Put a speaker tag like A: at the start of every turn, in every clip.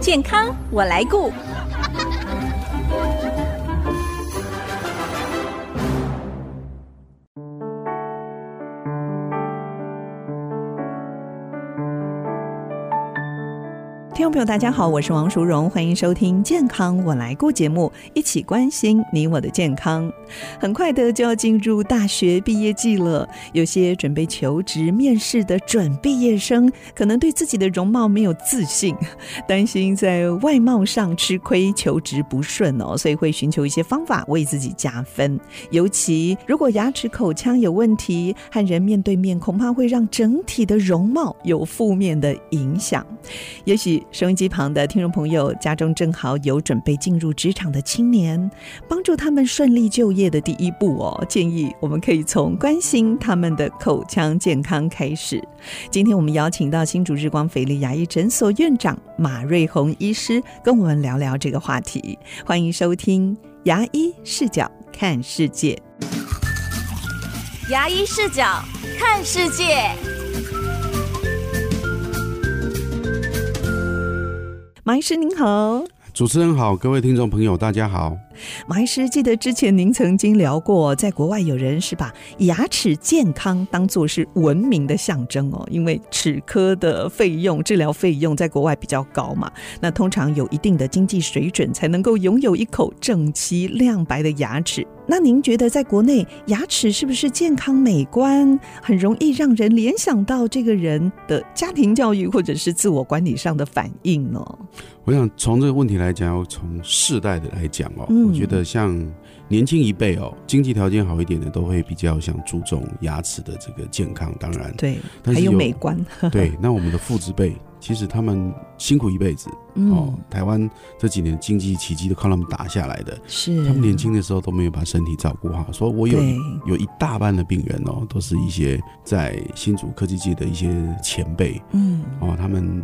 A: 健康我来顾。听众朋友，大家好，我是王淑荣，欢迎收听《健康我来顾》节目，一起关心你我的健康。很快的就要进入大学毕业季了，有些准备求职面试的准毕业生，可能对自己的容貌没有自信，担心在外貌上吃亏、求职不顺哦，所以会寻求一些方法为自己加分。尤其如果牙齿、口腔有问题，和人面对面，恐怕会让整体的容貌有负面的影响。也许收音机旁的听众朋友家中正好有准备进入职场的青年，帮助他们顺利就业的第一步哦，建议我们可以从关心他们的口腔健康开始。今天我们邀请到新竹日光斐丽牙医诊所院长马瑞红医师，跟我们聊聊这个话题。欢迎收听《牙医视角看世界》，
B: 牙医视角看世界。
A: 马医师您好。
C: 主持人好，各位听众朋友，大家好。
A: 马医师，记得之前您曾经聊过，在国外有人是把牙齿健康当作是文明的象征哦，因为齿科的费用、治疗费用在国外比较高嘛，那通常有一定的经济水准才能够拥有一口整齐亮白的牙齿。那您觉得在国内牙齿是不是健康美观，很容易让人联想到这个人的家庭教育或者是自我管理上的反应呢？
C: 我想从这个问题来讲，要从世代的来讲哦，
A: 嗯
C: 我觉得像年轻一辈哦，经济条件好一点的，都会比较想注重牙齿的这个健康。当然，
A: 对，
C: 但
A: 还
C: 是
A: 有美观，
C: 对，那我们的父之辈，其实他们辛苦一辈子哦
A: 嗯，，
C: 台湾这几年经济奇迹都靠他们打下来的。
A: 是
C: 他们年轻的时候都没有把身体照顾好，所以我有
A: 对
C: 一有一大半的病人哦，都是一些在新竹科技界的一些前辈，
A: 嗯。
C: 哦，他们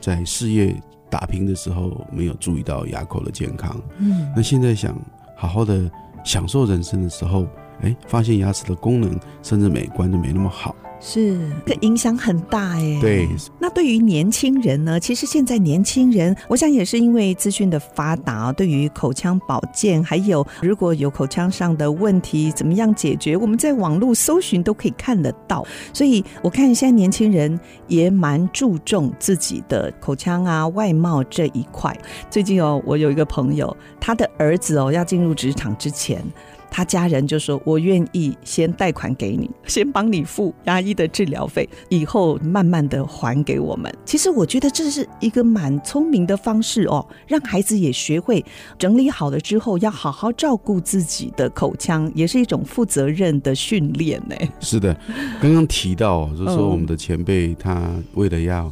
C: 在事业打拼的时候没有注意到牙口的健康，
A: 嗯
C: 那现在想好好的享受人生的时候，哎，发现牙齿的功能甚至美观就没那么好。
A: 是，这影响很大哎。
C: 对，
A: 那对于年轻人呢？其实现在年轻人，我想也是因为资讯的发达，对于口腔保健，还有如果有口腔上的问题，怎么样解决，我们在网络搜寻都可以看得到。所以我看现在年轻人也蛮注重自己的口腔啊、外貌这一块。最近哦，我有一个朋友，他的儿子哦要进入职场之前，他家人就说：“我愿意先贷款给你， 先帮你付牙医的治疗费，以后慢慢的还给我们。”其实我觉得这是一个蛮聪明的方式哦，让孩子也学会整理好了之后要好好照顾自己的口腔，也是一种负责任的训练呢。
C: 是的，刚刚提到哦就是
A: 嗯
C: 说我们的前辈他为了要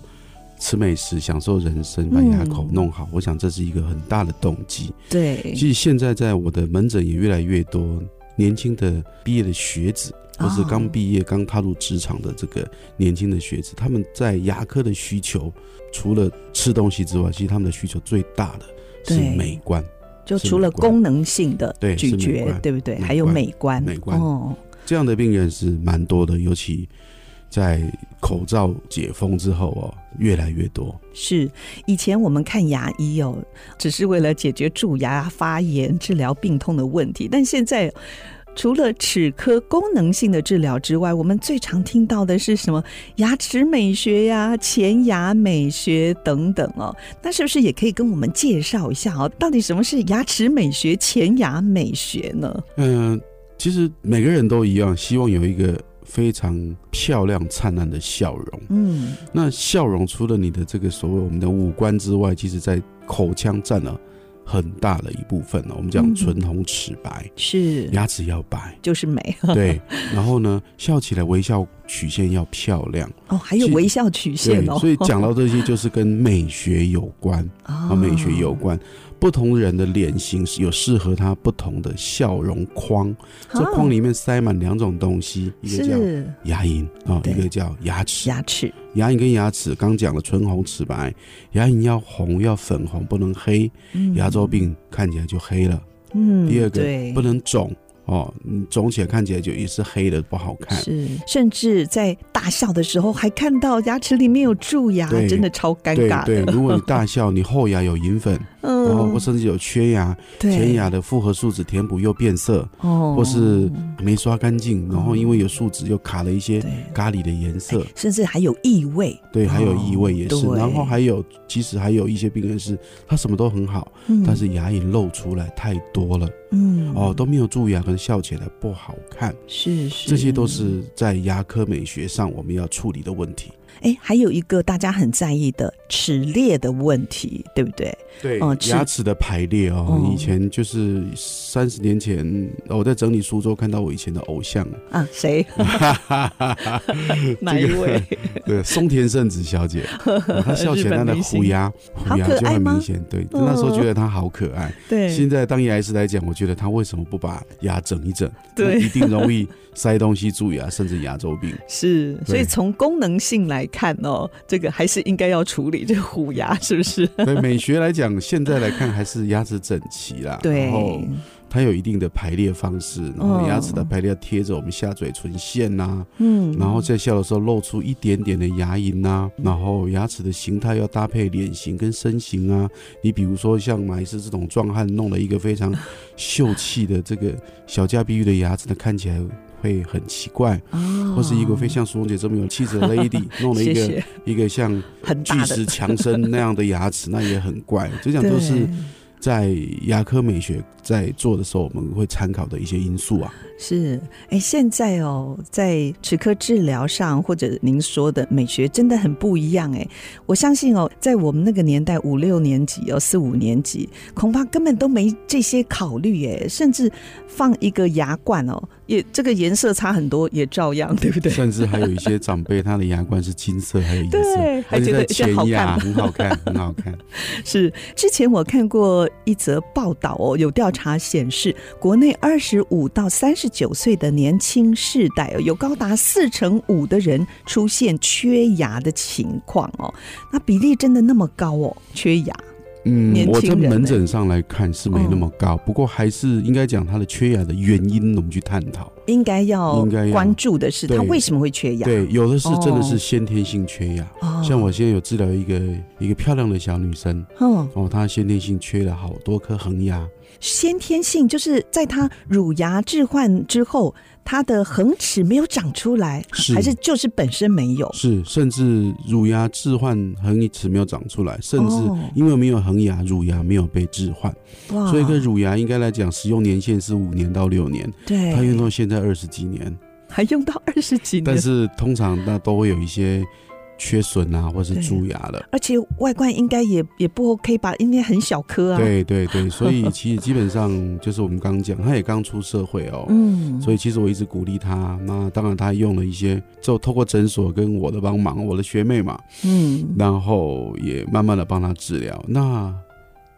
C: 吃美食、享受人生，把牙口
A: 嗯
C: 弄好，我想这是一个很大的动机。
A: 对，
C: 其实现在在我的门诊也越来越多年轻的毕业的学子，或是
A: 哦
C: 刚毕业、刚踏入职场的这个年轻的学子，他们在牙科的需求，除了吃东西之外，其实他们的需求最大的是
A: 对
C: 美观。
A: 啊就除了功能性的
C: 对
A: 咀
C: 是美
A: 嚼，
C: 观
A: 对不对？
C: 美观
A: 还有美观，
C: 美观
A: 哦，
C: 这样的病人是蛮多的，尤其在口罩解封之后哦，越来越多。
A: 是，以前我们看牙医哦，只是为了解决蛀牙发炎、治疗病痛的问题，但现在。除了齿科功能性的治疗之外，我们最常听到的是什么牙齿美学呀、前牙美学等等哦。那是不是也可以跟我们介绍一下哦？到底什么是牙齿美学、前牙美学呢？
C: 嗯、其实每个人都一样，希望有一个非常漂亮灿烂的笑容。
A: 嗯，
C: 那笑容除了你的这个所谓我们的五官之外，其实在口腔占了很大的一部分哦。我
A: 嗯
C: 们讲唇红齿白，
A: 是，，
C: 牙齿要白
A: 就是美
C: 对，然后呢，笑起来微笑曲线要漂亮，
A: 哦，还有
C: 其
A: 微笑曲线
C: 对
A: 哦。，
C: 所以讲到这些就是跟美学有关
A: 啊
C: 和美学有关。不同人的脸型是有适合他不同的笑容框，这
A: 啊
C: 框里面塞满两种东西，一个叫
A: 是
C: 牙龈啊，
A: 对
C: 一个叫牙齿。
A: 牙齿，
C: 牙龈跟牙齿，刚讲了唇红齿白，牙龈要红要粉红，不能黑，
A: 嗯
C: 牙周病看起来就黑了。
A: 嗯，
C: 第二个
A: 对
C: 不能肿，哦，你肿起来看起来就也是黑的，不好看。
A: 是，甚至在大笑的时候还看到牙齿里面有蛀牙，
C: 对
A: 真的超尴
C: 对
A: 尬的。
C: 对，如果你大笑，你后牙有银粉，然后或
A: 嗯，
C: 甚至有缺牙，
A: 对
C: 前牙的复合树脂填补又变色，
A: 哦，
C: 或是没刷干净，然后因为有树脂又卡了一些
A: 对，
C: 咖喱的颜色，
A: 甚至还有异味。
C: 对，还有异味也是。
A: 哦对
C: 然后还有，其实还有一些病人是他什么都很好，
A: 嗯
C: 但是牙龈露出来太多了，
A: 嗯
C: 哦，都没有蛀牙，可能笑起来不好看，
A: 是是，
C: 这些都是在牙科美学上我们要处理的问题。
A: 哎，还有一个大家很在意的齿列的问题，对不对？
C: 对
A: 哦齿
C: 牙齿的排列哦，
A: 哦
C: 以前就是三十年前，哦我在整理书之后看到我以前的 偶像，
A: 啊， 谁？哪一
C: 这个
A: 位？
C: 对，松田圣子小 姐，哦她笑起来她的虎牙，虎牙
A: 好可
C: 就
A: 爱
C: 很
A: 吗嗯
C: 明显。对，那时候觉得她好可爱。
A: 对
C: 现在当牙医师来讲，我觉得她为什么不把牙整一整？
A: 对
C: 那一定容易塞东西、蛀牙，甚至牙周 病。
A: 是，所以
C: 对
A: 从功能性来看哦，这个还是应该要处理这个虎牙，是不是？
C: 对美学来讲，现在来看还是牙齿整齐啦。
A: 对
C: 然，后它有一定的排列方式，然后
A: 嗯
C: 牙齿的排列贴着我们下嘴唇线呐、
A: 嗯
C: 然后在笑的时候露出一点点的牙龈呐、然后牙齿的形态要搭配脸型跟身形啊。你比如说像马医师这种壮汉，弄了一个非常秀气的这个小家碧玉的牙齿，那看起来会很奇怪。
A: 哦
C: 或是一个非像苏荣姐这么有气质的 lady，弄了一
A: 谢
C: 个
A: 谢，
C: 一个像
A: 很
C: 巨
A: 大的
C: 石强森那样的牙齿，那也很怪。这讲
A: 对
C: 都是在牙科美学在做的时候，我们会参考的一些因素啊。
A: 是，哎，现在哦，在齿科治疗上，或者您说的美学真的很不一样哎。我相信哦，在我们那个年代，五六年级哦，四五年级，恐怕根本都没这些考虑哎，甚至放一个牙冠哦，也这个颜色差很多，也照样，对不对？
C: 甚至还有一些长辈，他的牙冠是金色，还有银
A: 对
C: 色，
A: 还
C: 而
A: 觉
C: 且
A: 得
C: 在
A: 这
C: 前
A: 好看
C: 牙
A: 吗
C: 很好看，很好 看。
A: 是，之前我看过一则报道哦，有调查显示，国内二十五到三十九岁的年轻世代哦，有高达四成五的人出现缺牙的情况哦，那比例真的那么高哦，缺牙年
C: 嗯，我
A: 轻
C: 在
A: 人嗯
C: 门
A: 呢
C: 诊上来看是没那么高，不过还是应该讲他的缺牙的原因，我们去探讨。
A: 应该要
C: 应该要
A: 关注的是，他
C: 对
A: 为什么会缺牙？
C: 对，有的是真的
A: 哦
C: 是先天性缺牙，
A: 哦，
C: 像我现在有治疗一个一个漂亮的小女生，
A: 嗯，
C: 哦，她先天性缺了好多颗恒牙，
A: 先天性就是在他乳牙置换之后，他的恒齿没有长出来，
C: 是
A: 还是就是本身没有，
C: 是，甚至乳牙置换恒齿没有长出来，甚至
A: 哦啊
C: 因为没有恒牙，乳牙没有被置换，
A: 哇
C: 所以跟乳牙应该来讲，使用年限是五年到六年，
A: 对，
C: 它用到现在二十几年，
A: 还用到二十几年
C: 但，是通常那都会有一些缺损啊，或是
A: 对
C: 蛀牙了。
A: 而且外观应该也也不 OK 吧？应该很小颗啊。，
C: 对对对，所以其实基本上就是我们刚刚讲，他也刚出社会哦，
A: 嗯，
C: 所以其实我一直鼓励他。那当然，他用了一些，就透过诊所跟我的帮忙，我的学妹嘛，
A: 嗯，
C: 然后也慢慢的帮他治疗。那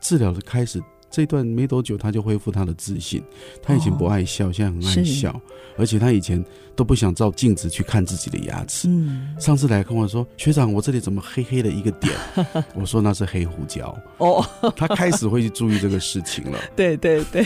C: 治疗的开始这段没多久，他就恢复他的自信。他以前不爱笑，现在很爱
A: 哦是
C: 笑，而且他以前都不想照镜子去看自己的牙齿。
A: 嗯，
C: 上次来跟我说，学长，我这里怎么黑黑的一个点？ 我说那是黑胡椒。
A: 哦，
C: 他开始会去注意这个事情了。
A: 对对对，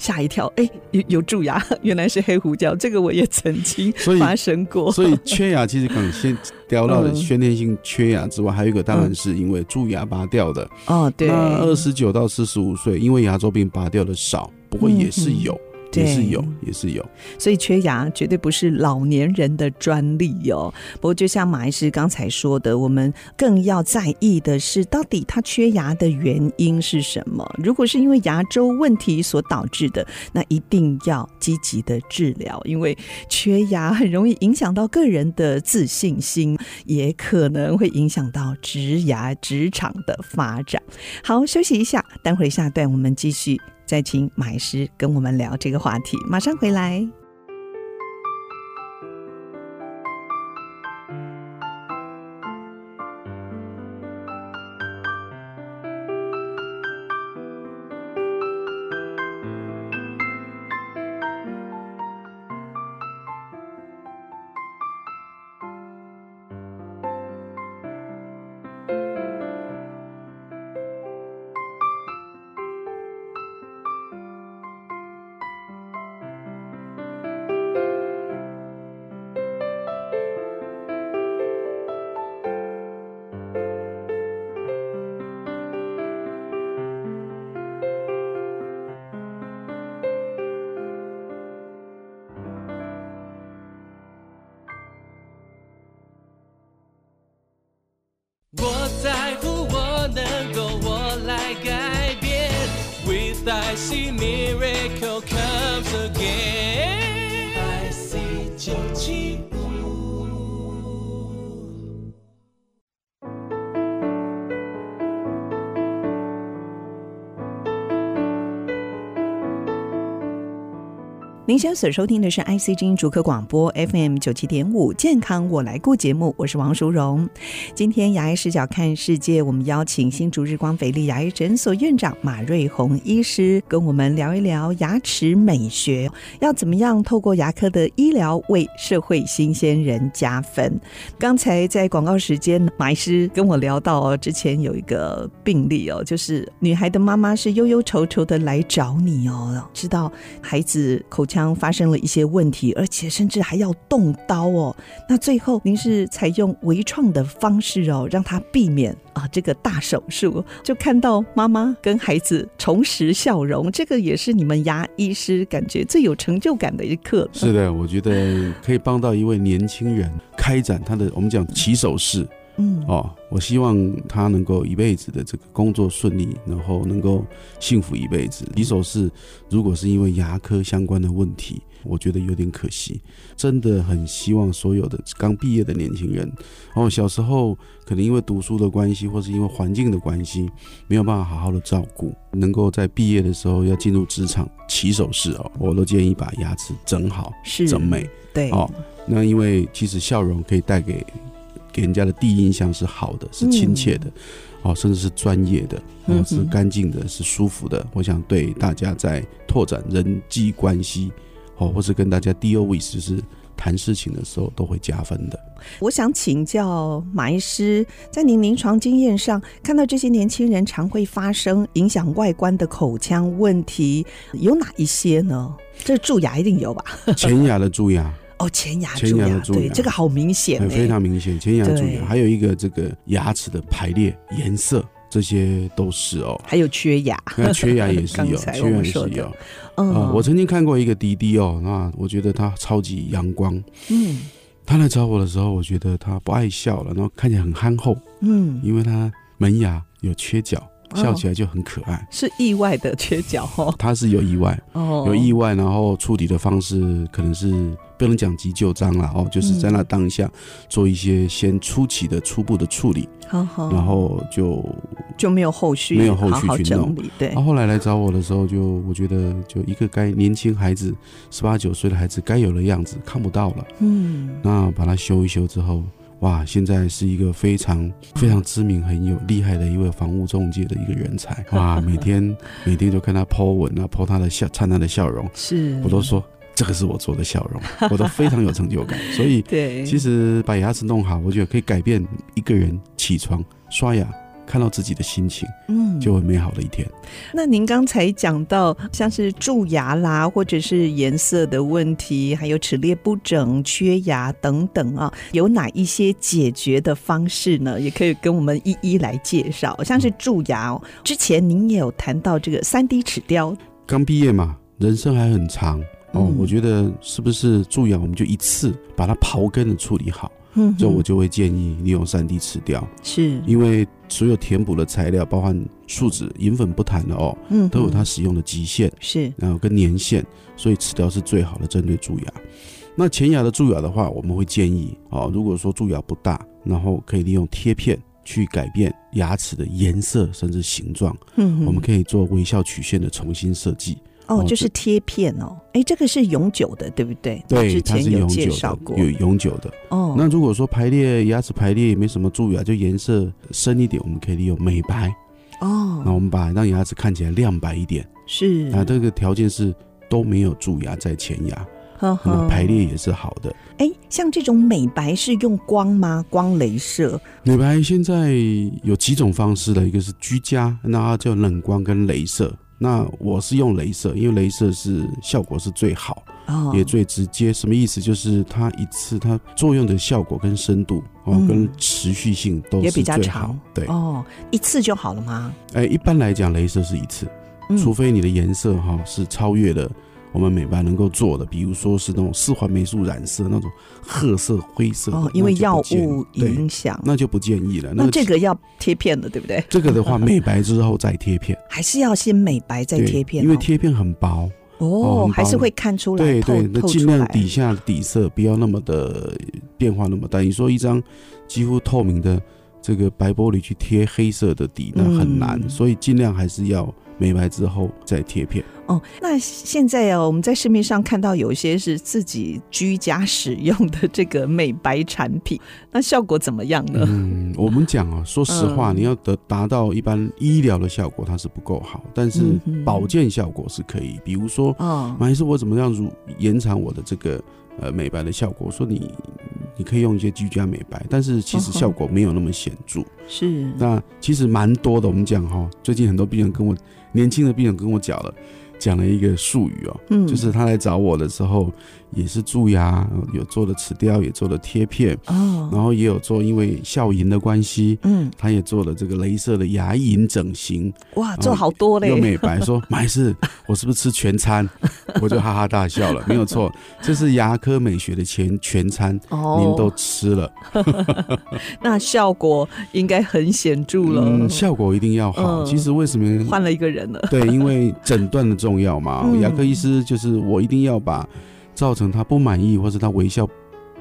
A: 吓一跳，哎，有有蛀牙， 原来是黑胡椒，这个我也曾经
C: 所以
A: 发生过。
C: 所以缺牙其实可能先聊到了
A: 嗯
C: 先天性缺牙之外，还有一个当然是因为蛀牙拔掉的。
A: 哦，对，
C: 那呃二十九到四十五岁，因为牙周病拔掉的少，不过也是有，
A: 嗯
C: 也是
A: 对
C: 有，也是有。
A: 所以缺牙绝对不是老年人的专利哦。不过，就像马医师刚才说的，我们更要在意的是，到底他缺牙的原因是什么？如果是因为牙周问题所导致的，那一定要积极的治疗，因为缺牙很容易影响到个人的自信心，也可能会影响到职涯、职场的发展。好，休息一下，待会儿下段我们继续。再请马医师跟我们聊这个话题，马上回来。
D: 爱图我能够我来改变。With I see miracle comes again。I see 九七五。
A: 您现在所收听的是 IC 之音主客广播 FM 九七点五健康我来顾节目，我是王淑荣。今天牙医视角看世界，我们邀请新竹日光斐丽牙医诊所院长马瑞红医师跟我们聊一聊牙齿美学，要怎么样透过牙科的医疗为社会新鲜人加分。刚才在广告时间，马医师跟我聊到哦，之前有一个病例哦，就是女孩的妈妈是忧忧愁愁的来找你哦，知道孩子口腔发生了一些问题，而且甚至还要动刀哦。那最后您是采用微创的方式哦，让她避免啊这个大手术，就看到妈妈跟孩子重拾笑容，这个也是你们牙医师感觉最有成就感的一刻了。
C: 是的，我觉得可以帮到一位年轻人开展他的我们讲起手式
A: 嗯，
C: 哦。我希望他能够一辈子的这个工作顺利，然后能够幸福一辈子。起手式如果是因为牙科相关的问题，我觉得有点可惜。真的很希望所有的刚毕业的年轻人，哦，小时候可能因为读书的关系，或是因为环境的关系，没有办法好好的照顾，能够在毕业的时候要进入职场起手式哦，我都建议把牙齿整好。
A: 是
C: 整美
A: 对
C: 哦。那因为其实笑容可以带给给人家的第一印象是好的，是亲切的，哦，甚至是专业的，
A: 嗯
C: 哦，
A: 哼
C: 是干净的，是舒服的。我想对大家在拓展人际关系，哦，或是跟大家 deal with 就是谈事情的时候都会加分 的。
A: 我想请教马医师，在您临床经验上，看到这些年轻人常会发生影响外观的口腔问题，有哪一些呢？这蛀牙一定有吧？
C: 前牙的蛀牙。
A: 哦，前牙
C: 前
A: 蛀
C: 牙
A: 牙，
C: 的蛀
A: 对，
C: 牙
A: 这个好明显
C: 很
A: 哎、
C: 非常明显，前牙蛀
A: 对
C: 牙，还有一个这个牙齿的排列、颜色，这些都 是哦。
A: 还有缺牙，
C: 那缺牙也是有，
A: 刚才
C: 缺
A: 我
C: 牙
A: 们
C: 也是
A: 说的
C: 有。
A: 嗯，
C: 啊、我曾经看过一个滴滴哦，那我觉得他超级阳光。
A: 嗯
C: 他来找我的时候，我觉得他不爱笑了，然后看起来很憨厚，
A: 嗯，
C: 因为他门牙有缺角，
A: 哦
C: 笑起来就很可爱。
A: 是意外的缺角哦，
C: 他是有意外，
A: 嗯哦，
C: 有意外，然后处理的方式可能是不能讲急救章了哦，就是在那当下做一些先初期的初步的处理，
A: 好好，
C: 然后就
A: 就没有后续，
C: 啊没有后续
A: 好好
C: 去
A: 整
C: 弄啊
A: 理，对
C: 他，后来来找我的时候就，我觉得就一个该年轻孩子十八九岁的孩子该有的样子看不到了。
A: 嗯
C: 那把它修一修之后，哇，现在是一个非常非常知名、很有厉害的一位房屋中介的一个人 才，哇，每天每天就看他 Po 文啊，Po 他的笑灿烂的笑容，
A: 是，
C: 我都说这个是我做的笑 容，我都非常有成就感。所以
A: 对，
C: 其实把牙齿弄好，我觉得可以改变一个人起床刷牙。看到自己的心情，
A: 嗯
C: 就会美好的一天。
A: 那您刚才讲到像是蛀牙啦，或者是颜色的问题，还有齿列不整、缺牙等等啊，有哪一些解决的方式呢？也可以跟我们一一来介绍。像是蛀牙、哦，之前您也有谈到这个三 D 齿雕，
C: 刚毕业嘛，人生还很长哦。
A: 嗯
C: 我觉得是不是蛀牙，我们就一次把它刨根的处理好。
A: 嗯
C: 所以我就会建议你用三 D 齿雕，
A: 是，
C: 因为所有填补的材料，包含树脂、银粉不谈了哦，
A: 嗯
C: 都有它
A: 哼
C: 使用的极限，
A: 是
C: 然后跟年限，所以齿雕是最好的针对蛀牙。那前牙的蛀牙的话，我们会建议哦，如果说蛀牙不大，然后可以利用贴片去改变牙齿的颜色甚至形状，
A: 嗯哼
C: 我们可以做微笑曲线的重新设计。
A: 哦，
C: 哦
A: 就是
C: 这
A: 贴片哦，哎，这个是永久的，对不对？之
C: 对，它
A: 前
C: 是
A: 有
C: 永
A: 介
C: 久
A: 绍
C: 的
A: 过，
C: 有永久的。
A: 哦，
C: 那如果说排列牙齿排列也没什么蛀牙，就颜色深一点，我们可以利用美白。那
A: 哦
C: 我们把让牙齿看起来亮白一点。
A: 是
C: 那这个条件是都没有蛀牙在前牙，
A: 呵呵
C: 那排列也是好的。
A: 哎，像这种美白是用光吗？光镭射？
C: 美白现在有几种方式的，一个是居家，那它叫冷光跟镭射。那我是用镭射，因为镭射是效果是最好，
A: 哦，
C: 也最直接。什么意思？就是它一次它作用的效果跟深度哦，
A: 嗯
C: 跟持续性都
A: 也
C: 是
A: 比较
C: 最好
A: 长。
C: 对，
A: 哦，一次就好了吗？
C: 哎，一般来讲，镭射是一次，
A: 嗯
C: 除非你的颜色哈、是超越了我们美白能够做的，比如说是那种四环霉素染色那种褐色、灰色的
A: 哦，因为
C: 那
A: 药
C: 就不建
A: 物
C: 对，
A: 影响。
C: 那就不建议了。
A: 那
C: 个
A: 这个要贴片的，对不对？
C: 这个 的话，美白之后再贴片，
A: 还是要先美白再
C: 对
A: 贴片哦，
C: 因为贴片很薄，
A: 哦
C: 很，
A: 还是
C: 薄
A: 会看出来，
C: 对
A: 透
C: 对，那
A: 透
C: 尽
A: 出
C: 量
A: 来
C: 底下的底色不要那么的变化那么大。你说一张几乎透明的这个白玻璃去贴黑色的底，那很难，
A: 嗯
C: 所以尽量还是要美白之后再贴片。
A: 哦。那现在啊，我们在市面上看到有一些是自己居家使用的这个美白产品， 那效果怎么样呢？
C: 嗯，我们讲啊，说实话，
A: 嗯
C: 你要得达到一般医疗的效果，它是不够好，但是
A: 嗯哼
C: 保健效果是可以。比如说，
A: 哦，
C: 马医师，我怎么样如延长我的这个呃美白的效果？我说你你可以用一些居家美白，但是其实
A: 哦吼
C: 效果没有那么显著。
A: 是
C: 那其实蛮多的，我们讲哈，最近很多病人跟我，年轻的病人跟我讲了，讲了一个术语哦，
A: 嗯
C: 就是他来找我的时候，也是蛀牙，有做了齿雕，也做了贴片，然
A: 哦，
C: 后也有做因为笑龈的关系，
A: 嗯，
C: 他也做了这个镭射的牙龈整形，
A: 哇，
C: 后
A: 做好多
C: 又
A: 嘞，
C: 美白，说马医师，我是不是吃全餐？ 我就哈哈大笑了，没有错，这是牙科美学的全全餐，您都
A: 哦，
C: 吃了。
A: 那效果应该很显著了
C: 嗯，，效果一定要好。
A: 嗯
C: 其实为什么
A: 换了一个人 了，
C: 对，因为诊断的重要嘛，
A: 嗯
C: 牙科医师就是我一定要把造成他不满意或者他微笑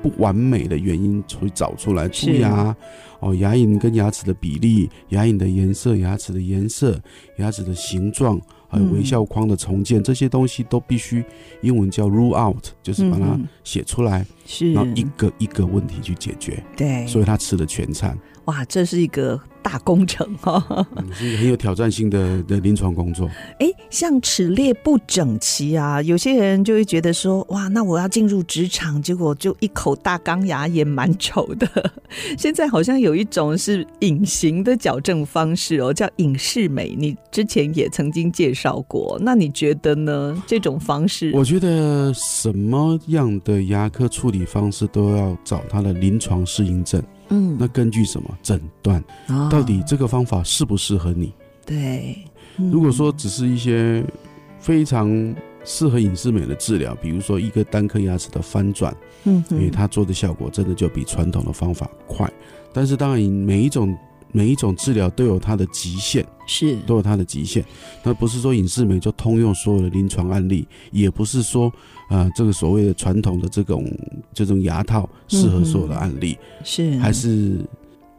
C: 不完美的原因去找出来，蛀
A: 是
C: 牙哦，牙龈跟牙齿的比例、牙龈的颜色、牙齿的颜色、牙齿的形状，还有
A: 嗯
C: 微笑框的重建，这些东西都必须英文叫 rule out，就是把它
A: 嗯嗯
C: 写出来，
A: 是哎
C: 然后一个一个问题去解决。
A: 对，
C: 所以他吃了全餐，
A: 哇，这是一个大工程哦。
C: 嗯是一个很有挑战性的的临床工作。
A: 哎，像齿列不整齐啊，有些人就会觉得说，哇，那我要进入职场，结果就一口大钢牙也蛮丑的。 现在好像有一种是隐形的矫正方式哦，叫隐适美，你之前也曾经介绍过，那你觉得呢？这种方式，
C: 我觉得什么样的牙科处理方式都要找他的临床适应症。
A: 嗯
C: 那根据什么诊断？
A: 啊
C: 到底这个方法适不适合你？
A: 对？嗯
C: 如果说只是一些非常适合隐适美的治疗，比如说一个单颗牙齿的翻转，
A: 嗯，
C: 因为
A: 嗯
C: 它做的效果真的就比传统的方法快。但是当然，每一种每一种治疗都有它的极限。
A: 是
C: 都有它的极限。那不是说影视美就通用所有的临床案例，也不是说呃这个所谓的传统的这种这种牙套适合所有的案例，
A: 是
C: 还是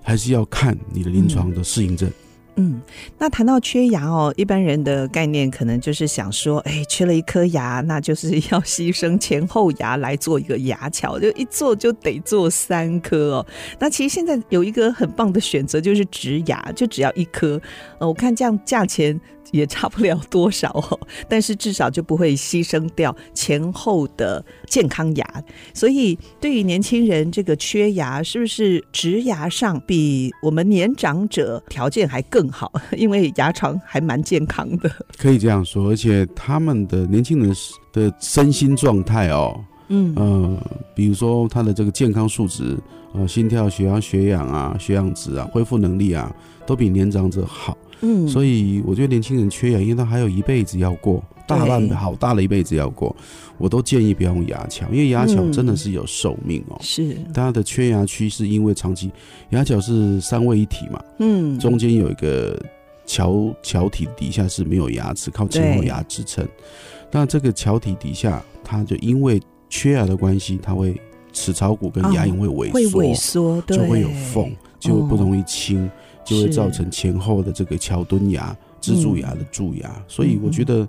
C: 还是要看你的临床的适应症。
A: 嗯，那谈到缺牙哦，一般人的概念可能就是想说，哎，缺了一颗牙，那就是 要牺牲前后牙来做一个牙桥，就一做就得做三颗哦。那其实现在有一个很棒的选择，就是植牙，就只要一颗。呃，我看这样价钱也差不了多少哦，但是至少就不会牺牲掉前后的健康牙。所以，对于年轻人这个缺牙，是不是植牙上比我们年长者条件还更好？因为牙床还蛮健康的。
C: 可以这样说，而且他们的年轻人的身心状态哦，
A: 嗯
C: 呃，比如说他的这个健康数值，呃，心跳、血压、血氧啊、血氧值啊、恢复能力啊，都比年长者好。
A: 嗯
C: 所
A: 以
C: 以我觉得年轻人缺牙，因为他还有一辈子要过，大半
A: 对
C: 好大的一辈子要过，我都建议不要用牙桥，因为牙桥
A: 嗯
C: 真的是有寿命哦。
A: 是
C: 它的缺牙区是因为长期牙桥是三位一体嘛，
A: 嗯
C: 中间有一个桥桥体底下是没有牙齿，靠前后
A: 对
C: 牙支撑。那这个桥体底下，它就因为缺牙的关系，它会齿槽骨跟牙龈会萎缩，
A: 哦会萎缩，对嗯
C: 就会有缝，就会不容易清，就会造
A: 是
C: 成前后的这个桥墩牙、支柱牙的蛀牙。所以我觉
A: 嗯
C: 得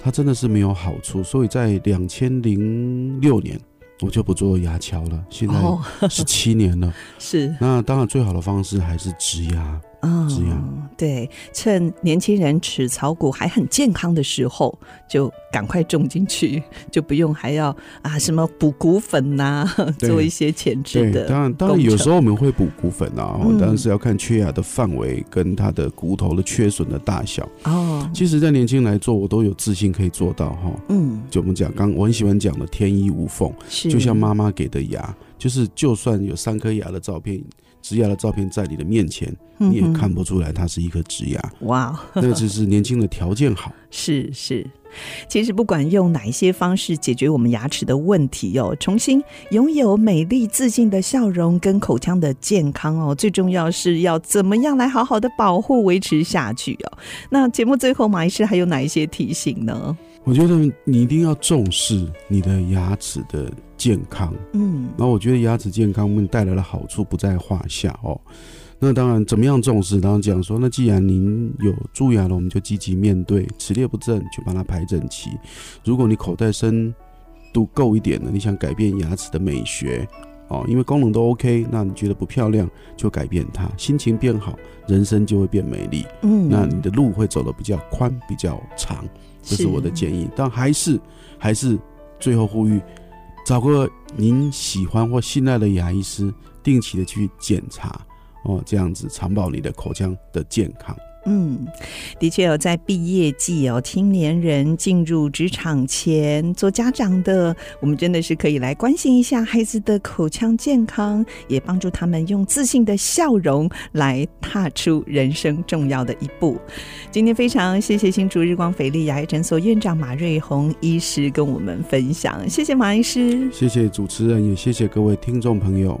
C: 它真的是没有好处。所以在两千零六年，我就不做牙桥了，现
A: 哦
C: 在，十七年了。
A: 是
C: 那当然，最好的方式还是植牙。
A: 嗯
C: 这样
A: 对，趁年轻人齿槽骨还很健康的时候，就赶快种进去， 就不用还要啊什么补骨粉呐、
C: 对
A: 做一些前置的。
C: 当然，当然
A: 工
C: 有
A: 程
C: 时候我们会补骨粉啊，
A: 嗯
C: 但是要看缺牙的范围跟它的骨头的缺损的大小。
A: 哦，
C: 其实，在年轻人来做，我都有自信可以做到哈。
A: 嗯，
C: 就我们讲，刚我很喜欢讲的天衣无缝。
A: 是
C: 就像妈妈给的牙，就是就算有三颗牙的照片，植牙的照片在你的面前，你也看不出来它是一颗植牙。
A: 哇哦，
C: 那就是年轻的条件好。
A: 是是，其实不管用哪一些方式解决我们牙齿的问题哦，重新拥有美丽自信的笑容跟口腔的健康哦，最重要是要怎么样来好好的保护维持下去哦。那节目最后，马医师还有哪一些提醒呢？
C: 我觉得你一定要重视你的牙齿的健康。
A: 嗯
C: 那我觉得牙齿健康们带来的好处不在话下哦。那当然，怎么样重视？当然讲说，那既然您有蛀牙了，我们就积极面对，齿列不正就把它排整齐。如果你口袋深度够一点的，你想改变牙齿的美学哦，因为功能都 OK，那你觉得不漂亮就改变它，心情变好，人生就会变美丽。
A: 嗯
C: 那你的路会走得比较宽，比较长。这是我的建议。但还是还是最后呼吁，找个您喜欢或信赖的牙医师，定期的去检查哦，这样子长保你的口腔的健康。
A: 嗯，的确有、在毕业季哦，青年人进入职场前，做家长的，我们真的是可以来关心一下孩子的口腔健康，也帮助他们用自信的笑容来踏出人生重要的一步。今天非常谢谢新竹日光斐丽牙医诊所院长马瑞红医师跟我们分享，谢谢马医师。
C: 谢谢主持人，也谢谢各位听众朋友。